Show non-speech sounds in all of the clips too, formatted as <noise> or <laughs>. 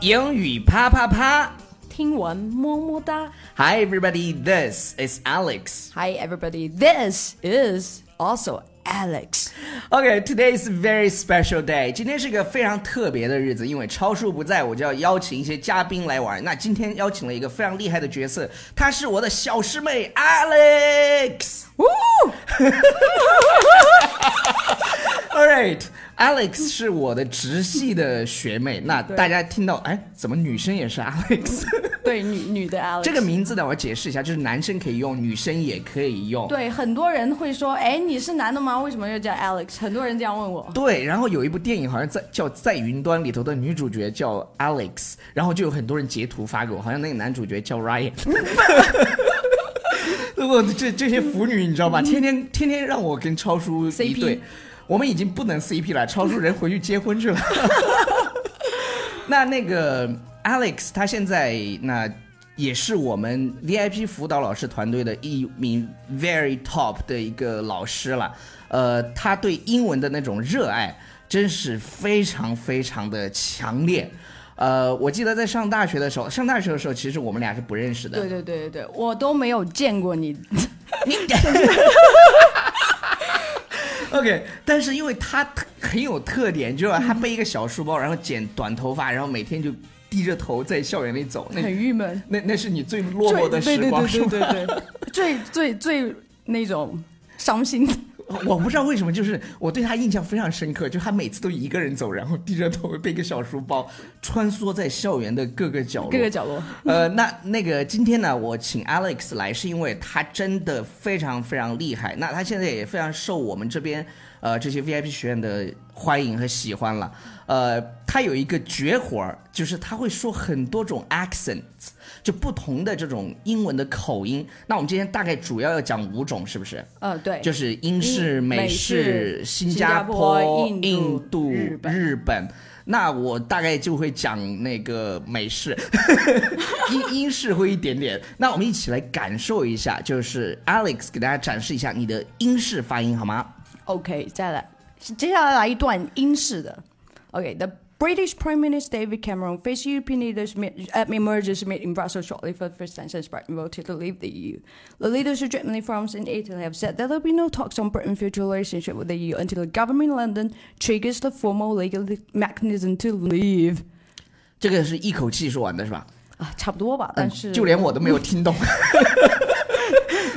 英语啪啪啪听完么么哒。 ！Hi everybody, this is Alex. Hi everybody, this is also Alex。 OK, today is a very special day. 今天是个非常特别的日子，因为超叔不在，我就要邀请一些嘉宾来玩。那今天邀请了一个非常厉害的角色，她是我的小师妹 Alex。All right, Alex 是我的直系的学 <laughs> 妹。那大家听到，哎，怎么女生也是 <laughs> Alex？ <laughs> 对，女女的 Alex。这个名字呢，我要解释一下，就是男生可以用，女生也可以用。对，很多人会说，哎，你是男的吗？为什么要叫 Alex？很多人这样问我。对，然后有一部电影好像在叫《在云端》里头的女主角叫 Alex，然后就有很多人截图发给我，好像那个男主角叫 Ryan。我这这些腐女你知道吗？天天天天让我跟超叔一 CP 对，我们已经不能 CP 了，超叔人回去结婚去了。那那个 Alex 他现在那也是我们 VIP 辅导老师团队的一名 very top 的一个老师了。呃，他对英文的那种热爱真是非常非常的强烈。呃，我记得在上大学的时候，上大学的时候其实我们俩是不认识的。对对对对对，我都没有见过你。你 OK，但是因为他特很有特点，就是他背一个小书包，然后剪短头发，然后每天就低着头在校园里走，那很 <laughs> 郁闷。那那是你最落寞最的对时对光，是对吗？对对对，最最最那种伤心。 <laughs> 我不知道为什么，就是我对他印象非常深刻，就他每次都一个人走，然后低着头背个小书包，穿梭在校园的各个角落。各个角落， <laughs> 呃，那那个今天呢，我请 Alex 来，是因为他真的非常非常厉害。那他现在也非常受我们这边呃这些 VIP 学院的欢迎和喜欢了。呃，他有一个绝活儿，就是他会说很多种 accent，就不同的这种英文的口音。那我们今天大概主要要讲五种，是不是？呃，对，就是英式、英美美式、式新新加加坡坡、印度印度、日本日本。那我大概就会讲那个美式，英英式会一点点。那我们一起来感受一下，就是 Alex 给大家展示一下你的英式发音好吗？ Okay, 再来，接下来来一段英式的。Okay, the British Prime Minister David Cameron faced European leaders mid- at emergency meeting in Brussels shortly for the first time since Britain voted to leave the EU. The leaders of Germany, France, and Italy have said there will be no talks on Britain's future relationship with the EU until the government in London triggers the formal legal mechanism to leave. 这个是一口气说完的是吧？嗯啊，差不多吧，但是就连我都没有 <laughs> 听懂。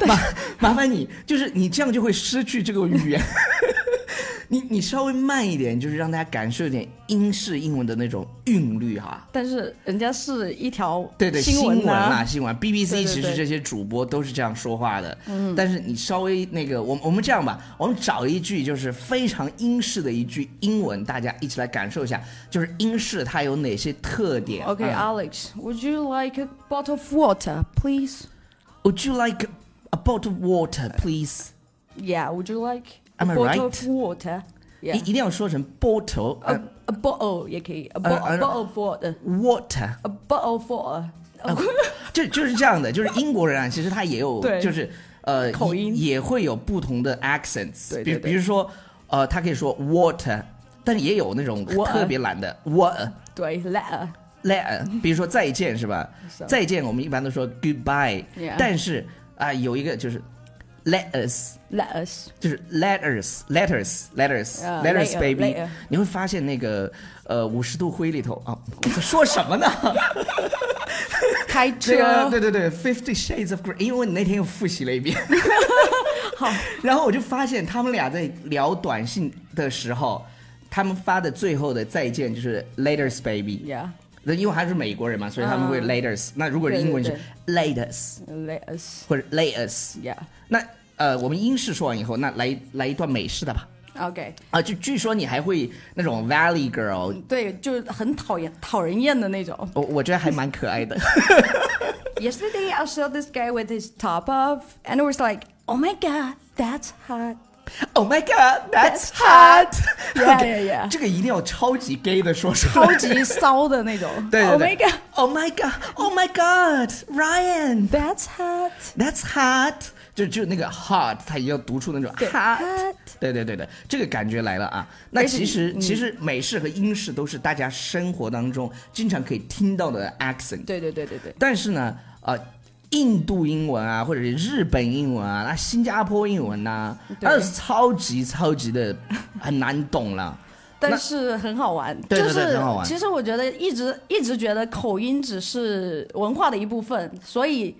麻麻烦你，就是你这样就会失去这个语 <laughs> 言。你你稍微慢一点，就是让大家感受一点英式英文的那种韵律哈。但是人家是一条对对，新新闻啊，啦，新闻对对 BBC 对其实这些主播都是这样说话的。嗯，但是你稍微那个，我们我们这样吧，我们找一句就是非常英式的一句英文，大家一起来感受一下，就是英式它有哪些特点。 Okay, 嗯 Alex, would you like a bottle of water, please? Would you like a bottle of water, please？ Yeah, would you like a Am I bottle right? of water? 一 Yeah. 一定要说成 bottle， A, 呃 a bottle, okay. A, bo- Uh, I a don't- bottle of water. ，water， A bottle of water. 就就是这样的，就是英国人啊，其实他也有，对就是呃口音也也会有不同的 accents，对比对对比如说呃，他可以说 water，但也有那种 Water 特别懒的 what。对, letter. let，比如说再见是吧 So- 再见我们一般都说 goodbye，、 Yeah 但是啊、有一个就是 let us， Letters. 就是 letters letters letters、啊 letters later， baby， later 你会发现那个呃五十度灰里头啊，我在说什么呢？开这个车。对对对，Fifty Shades of Grey，因为我那天又复习了 <laughs> 一遍。好，然后我就发现他们俩在聊短信的时候，他们发的最后的再见就是 Later's baby。 Yeah. 那因为他是美国人嘛，所以他们会啊 laters、那如果是英文是对 laters Letters. 或者 laters， Yeah. 那呃，我们英式说完以后，那来来一段美式的吧。 Okay. 啊，就据说你还会那种 valley girl， <laughs> 对，就是很讨厌、讨人厌的那种。我我觉得还蛮可爱的。 Yesterday I saw this guy with his top off, and I was like, "Oh my god, that's hot." Oh my god, that's That's hot！ <laughs> Yeah, yeah, yeah. 这个一定要超级 gay 的说出来。 <laughs> 超级骚的那种。对 <laughs> 对 Oh 对 my god, ，Oh my god，Oh my god，Ryan，that's that's hot. hot！就就那个 hot，它也要读出那种 hot。对对对对，这个感觉来了啊！那而且嗯其实、其实美式和英式都是大家生活当中经常可以听到的 accent，对对对对对，但是呢，呃，印度英文啊，或者是日本英文啊，那新加坡英文呐、对那是超级超级的很难懂了。 <laughs> 但是很好玩，对对对就是很好玩其实我觉得一直一直觉得口音只是文化的一部分，所以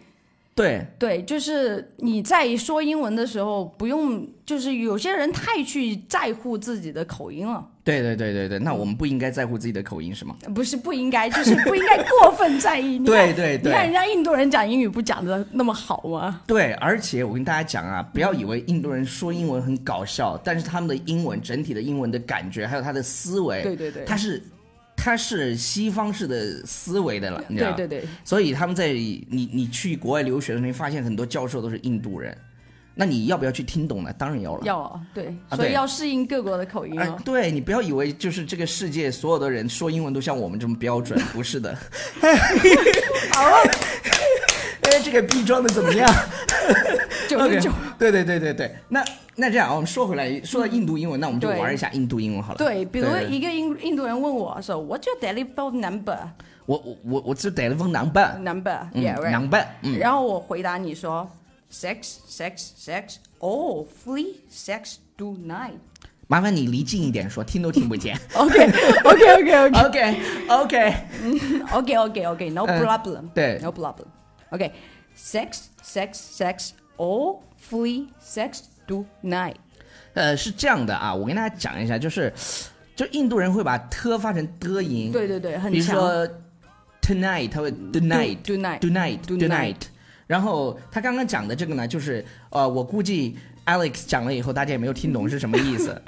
对，对，就是你在说英文的时候，不用就是有些人太去在乎自己的口音了，对对对对对，那我们不应该在乎自己的口音是吗？不是不 <laughs> 应该，就是不应该过分在意。你对看对你看人对家印度人讲英语不讲的那么好吗？对，而且我跟大家讲啊，不要以为印度人说英文很搞笑，但是他们的英文整体的英文的感觉，还有他的思维，对对对他是他是西方式的思维的了，你知道对吗对对，所以他们在你你去国外留学的时候，你发现很多教授都是印度人，那你要不要去听懂呢？当然要了。要啊对，啊所对以要适应各国的口音哎哦。，对你不要以为就是这个世界所有的人说英文都像我们这么标准，不是的。 <laughs> 好啊，哎，这个逼装的怎 <laughs> 么样？九十九哎 OK，对对对对对，那那这样啊，我们说回来，说到印度英文，那我们就对玩一下印度英文好了。对，比如对对一个印印度人问我说，What's your telephone number? 我我我我只逮了封囊办， Number? 嗯 Yeah, right. 囊办，嗯，然后我回答你说，six six six oh three six two <laughs> nine. 麻烦你离近一点说，听都听不 <laughs> 见。 OK OK OK <laughs> OK OK OK， OK OK OK No 嗯 problem. 对 No problem. OK six six six oh three six two nine. 呃，是这样的啊，我跟大家讲一下，就是就印度人会把 t 发成的音，对对对，很比如强。说 tonight，他会 the night。 do night. tonight Do tonight。然后他刚刚讲的这个呢，就是呃，我估计 Alex 讲了以后，大家也没有听懂是什么意思。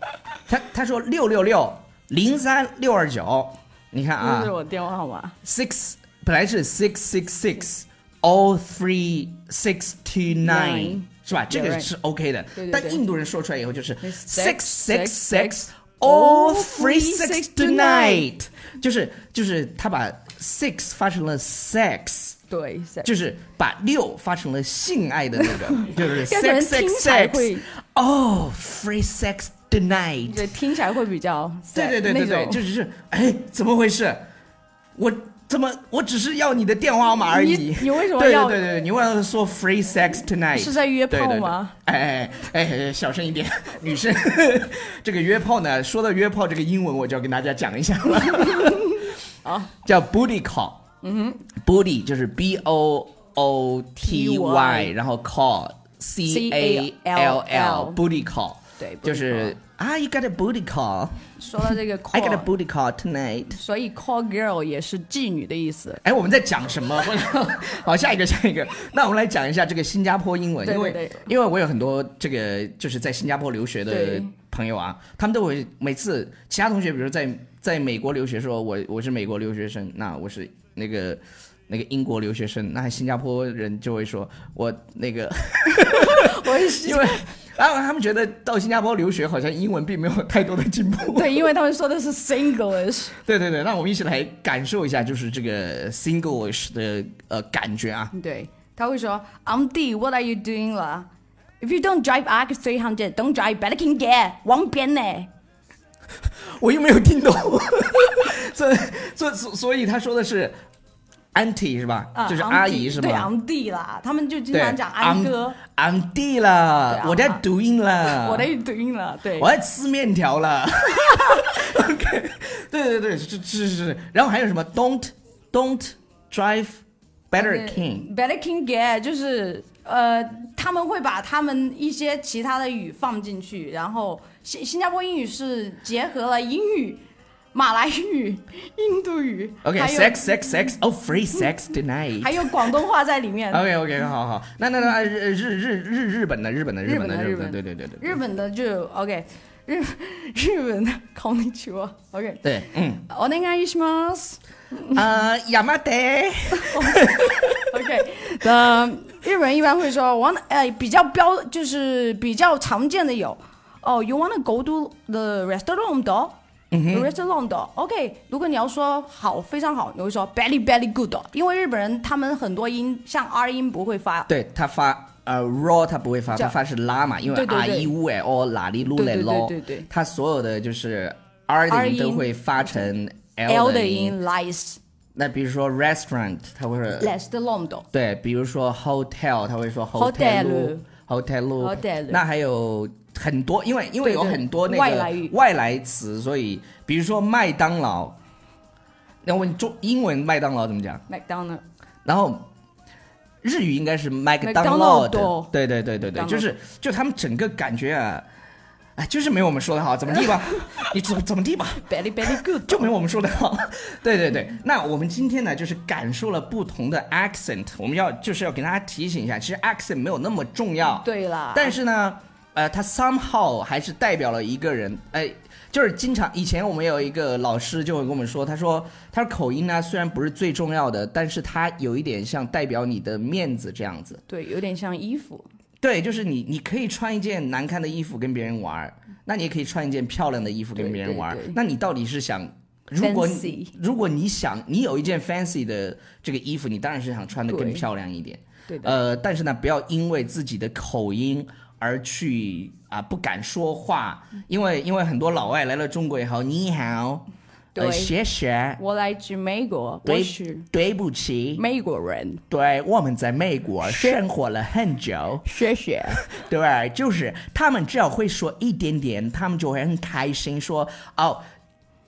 他他说六六六零三六二九，你看这啊是我电话号码。 ，six 本来是 six six six all three six two nine Nine 是吧？这个 right 是 OK 的对对，但对印度人说出来以后就是 six Six, six six, six。All all three three six six tonight，就是就是他把 six 发成了 sex，对，six，就是把六发成了性爱的那 <laughs> 个，就是要 sex 给人 sex 听起来 sex 会，哦，free sex tonight。对，听起来会比较对对对对那对，种就是哎，怎么回事？我怎么我只是要你的电话号码而已你。你为什么对对要对对，你为什么说 free sex tonight？是在约炮吗？对？对对哎哎哎哎，小声一点， <laughs> 女生。这个约炮呢，说到约炮这个英文，我就要跟大家讲一下 <laughs> 了。啊，叫 booty call。嗯哼，booty 就是 b o o t y， T-Y 然后 call c a l l L booty call 对，不就能是啊，you got a booty call，I 说到这个 got a call， booty call tonight。所以 call girl 也是妓女的意思。哎，我们在讲什么？ <laughs> 好，下一个，下一个。 <laughs> 那我们来讲一下这个新加坡英文，对因为对对因为我有很多这个就是在新加坡留学的对朋友啊，他们都会每次其他同学，比如在在美国留学说，我我是美国留学生，那我是那个那个英国留学生，那新加坡人就会说我那个，我也是因为 <laughs> 然后他们觉得到新加坡留学好像英文并没有太多的进步。对，因为他们说的是 Singlish，对对对，那我们一起来感受一下，就是这个 Singlish 的呃感觉啊。对，他会说 I'm D, what are you doing 啦？If you don't drive I c 300, don't drive better can get 王边呢？我又没有听懂， <laughs> 所以所以所以他说的是 auntie 是吧？啊就是，I'm 阿 D，姨是对吧？ ，I'm D 啦，他们就经对常讲安哥， ，auntie 啦，对我在啊读音啦， <laughs> 我的读音了，对我，在吃面条啦。OK，对对对，是是是是。然后还有什么？Don't don't drive better king。 Better King Get 就是呃，他们会把他们一些其他的语放进去，然后新新加坡英语是结合了英语、马来语、印度语还有 OK，sex sex sex，哦，free <laughs> sex tonight 还。有广东话在里 <laughs> 面。 OK OK，好好，那那那日日日日日本的日本的嗯日本的本的日日本本的，对对对 <laughs> 对日本的就 OK，日日本的 k o n n i c h i OK，对，嗯お願いします。啊，亚麻得。 OK，那日本人一般会说，往哎比较标就是比较常见的有哦，you wanna go to the restaurant 的、t h e restaurant 的，OK。如果你要说好，非常好，你会说 very very good 的，因为日本人他们很多音像 R 音不会发，对他发呃 raw 他不会发，他这样发是拉嘛，因为对对 r 对 e u e o 哪里噜对嘞对对咯对对，他所有的就是 r 的 R 音都音会发成 E L 的的。音 lies 那比如说 restaurant，他会说 restaurant 的对，比如说 hotel，他会说 Hotel hotel Hotel 那还有很多，因为因为对有对很多那个外来语外来词，所以比如说麦当劳，那我问你中英文麦当劳怎么讲？ McDonald。然后日语应该是麦当 McDonald 对对对对对， McDonald 就是就他们整个感觉啊，哎，就是没有我们说的好，怎么地 <laughs> 吧？你怎么怎么地吧？ Very very good，就没有我们说的好。 <laughs> 对对对，那我们今天呢，就是感受了不同的 accent，我们要就是要给大家提醒一下，其实 accent 没有那么重要，对啦。但是呢，呃，它 somehow 还是代表了一个人，哎、就是经常以前我们有一个老师就会跟我们说，他说他说口音呢虽然不是最重要的，但是它有一点像代表你的面子这样子。对，有点像衣服。对，就是你，你可以穿一件难看的衣服跟别人玩儿，那你也可以穿一件漂亮的衣服跟别人玩儿对对对。那你到底是想，如果你 Fancy 如果你想，你有一件 fancy 的这个衣服，你当然是想穿的更漂亮一点。对的，呃，但是呢，不要因为自己的口音而去啊、不敢说话，因为因为很多老外来了中国以后，你好，呃，对谢谢，我来自美国，我对是对不起，美国人，对，我们在美国生活了很久。谢谢。对，就是他们只要会说一点点，他们就会很开心说，哦，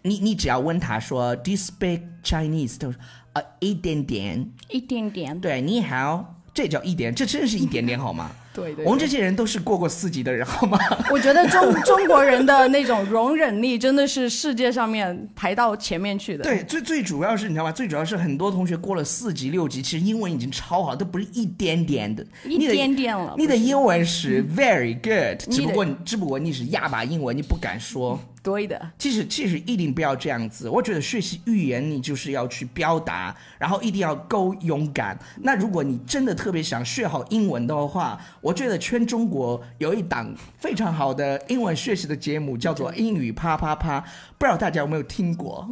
你你只要问他说 Do you speak Chinese？他说啊、呃一点点，一点点。对，你好，这叫一点，这真是一点点好吗？ <laughs> 对对我们这些人都是过过四级的人好吗？ <laughs> 我觉得中中国人的那种容忍力真的是世界上面排到前面去的。对，最最主要是你知道吗？最主要是很多同学过了四级六级，其实英文已经超好，都不是一点点的，一你得点点了你的不是英文 <laughs> 是 very good，只你不得过你只不过你是哑巴英文，你不敢说。对的，其实其实一定不要这样子。我觉得学习语言，你就是要去表达，然后一定要够勇敢。那如果你真的特别想学好英文的话，我觉得全中国有一档非常好的英文学习的节目，叫做《英语啪啪啪》，不知道大家有没有听过？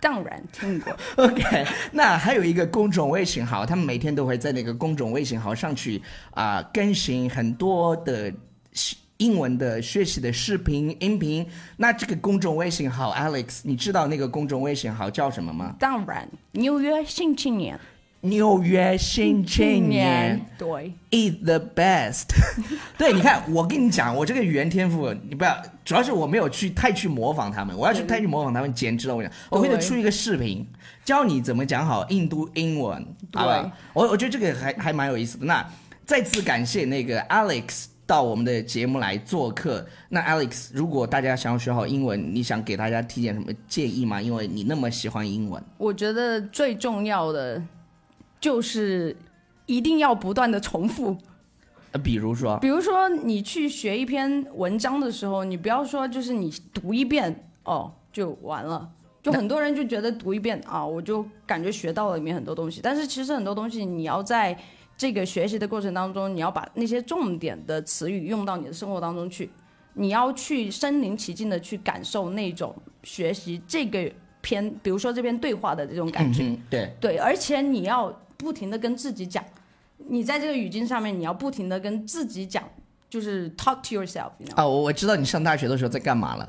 当然听过。 OK，那 <laughs> 还有一个公众微信号，他们每天都会在那个公众微信号上去啊、更新很多的学英文的学习的视频、音频。那这个公众微信号，Alex，你知道那个公众微信号叫什么吗？当然，纽约新青年，纽约新青年。对， is the <laughs> best 。对，你看，我跟你讲，我这个语言天赋，你不要，主要是我没有去太去模仿他们，我要去太去模仿他们，简直了！我跟你讲，我回头对出一个视频，教你怎么讲好印度英文，好吧对？我我觉得这个还还蛮有意思的。那再次感谢那个 Alex。到我们的节目来做客。那 Alex，如果大家想要学好英文，你想给大家提点什么建议吗？因为你那么喜欢英文。我觉得最重要的就是一定要不断的重复。呃，比如说，比如说你去学一篇文章的时候，你不要说就是你读一遍哦就完了。就很多人就觉得读一遍啊，我就感觉学到了里面很多东西，但是其实很多东西你要在这个学习的过程当中，你要把那些重点的词语用到你的生活当中去，你要去身临其境的去感受那种学习这个篇，比如说这篇对话的这种感嗯觉。哼，对，对，而且你要不停的跟自己讲，你在这个语境上面，你要不停的跟自己讲，就是 talk to yourself，你知道吗？啊，我我知道你上大学的时候在干嘛了，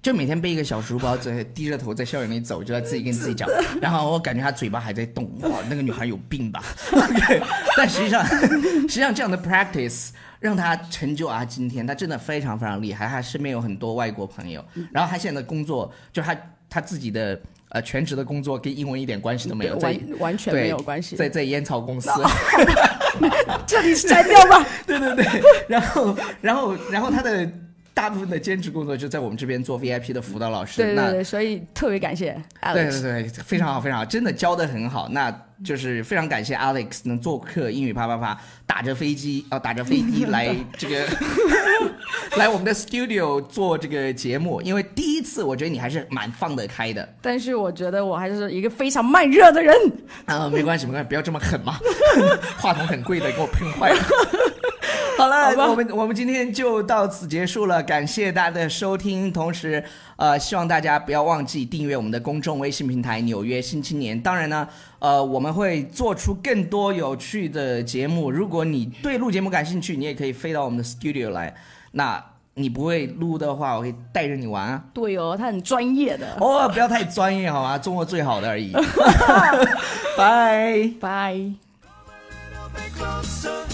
就每天背一个小书包，在低着头在校园里走，就在自己跟自己讲，然后我感觉他嘴巴还在动，哇，那个女孩有病吧 <laughs> ？OK，但实际上，实际上这样的 practice 让他成就啊，今天他真的非常非常厉害，他身边有很多外国朋友，嗯然后他现在的工作就他他自己的呃全职的工作跟英文一点关系都没有，在呃完完全对没有关系，在在烟草 <laughs> 公司。这里删掉 <laughs> 吧。然后，然后，然后他的大部分的兼职工作就在我们这边做 VIP 的辅导老师。对对那对，所以特别感谢对对 Alex，对，非常好，非常好，真的教的很好。那就是非常感谢 Alex 能做客英语啪啪啪，打着飞机啊、打着飞机 <laughs> 来这个 <laughs> 来我们的 studio 做这个节目，因为第一次我觉得你还是蛮放得开的。但是我觉得我还是一个非常慢热的人。呃 <laughs> <laughs> 啊、没关系，没关系，不要这么狠嘛，话筒很贵的，给我喷坏了。好了，好吧我们我们今天就到此结束了，感谢大家的收听，同时呃，希望大家不要忘记订阅我们的公众微信平台《纽约新青年》。当然呢，呃，我们会做出更多有趣的节目。如果你对录节目感兴趣，你也可以飞到我们的 studio 来。那你不会录的话，我会带着你玩啊。对哦，他很专业的。偶尔不要太专业好吗？中国最好的而已。拜。 <laughs> 拜。 Come a little bit closer.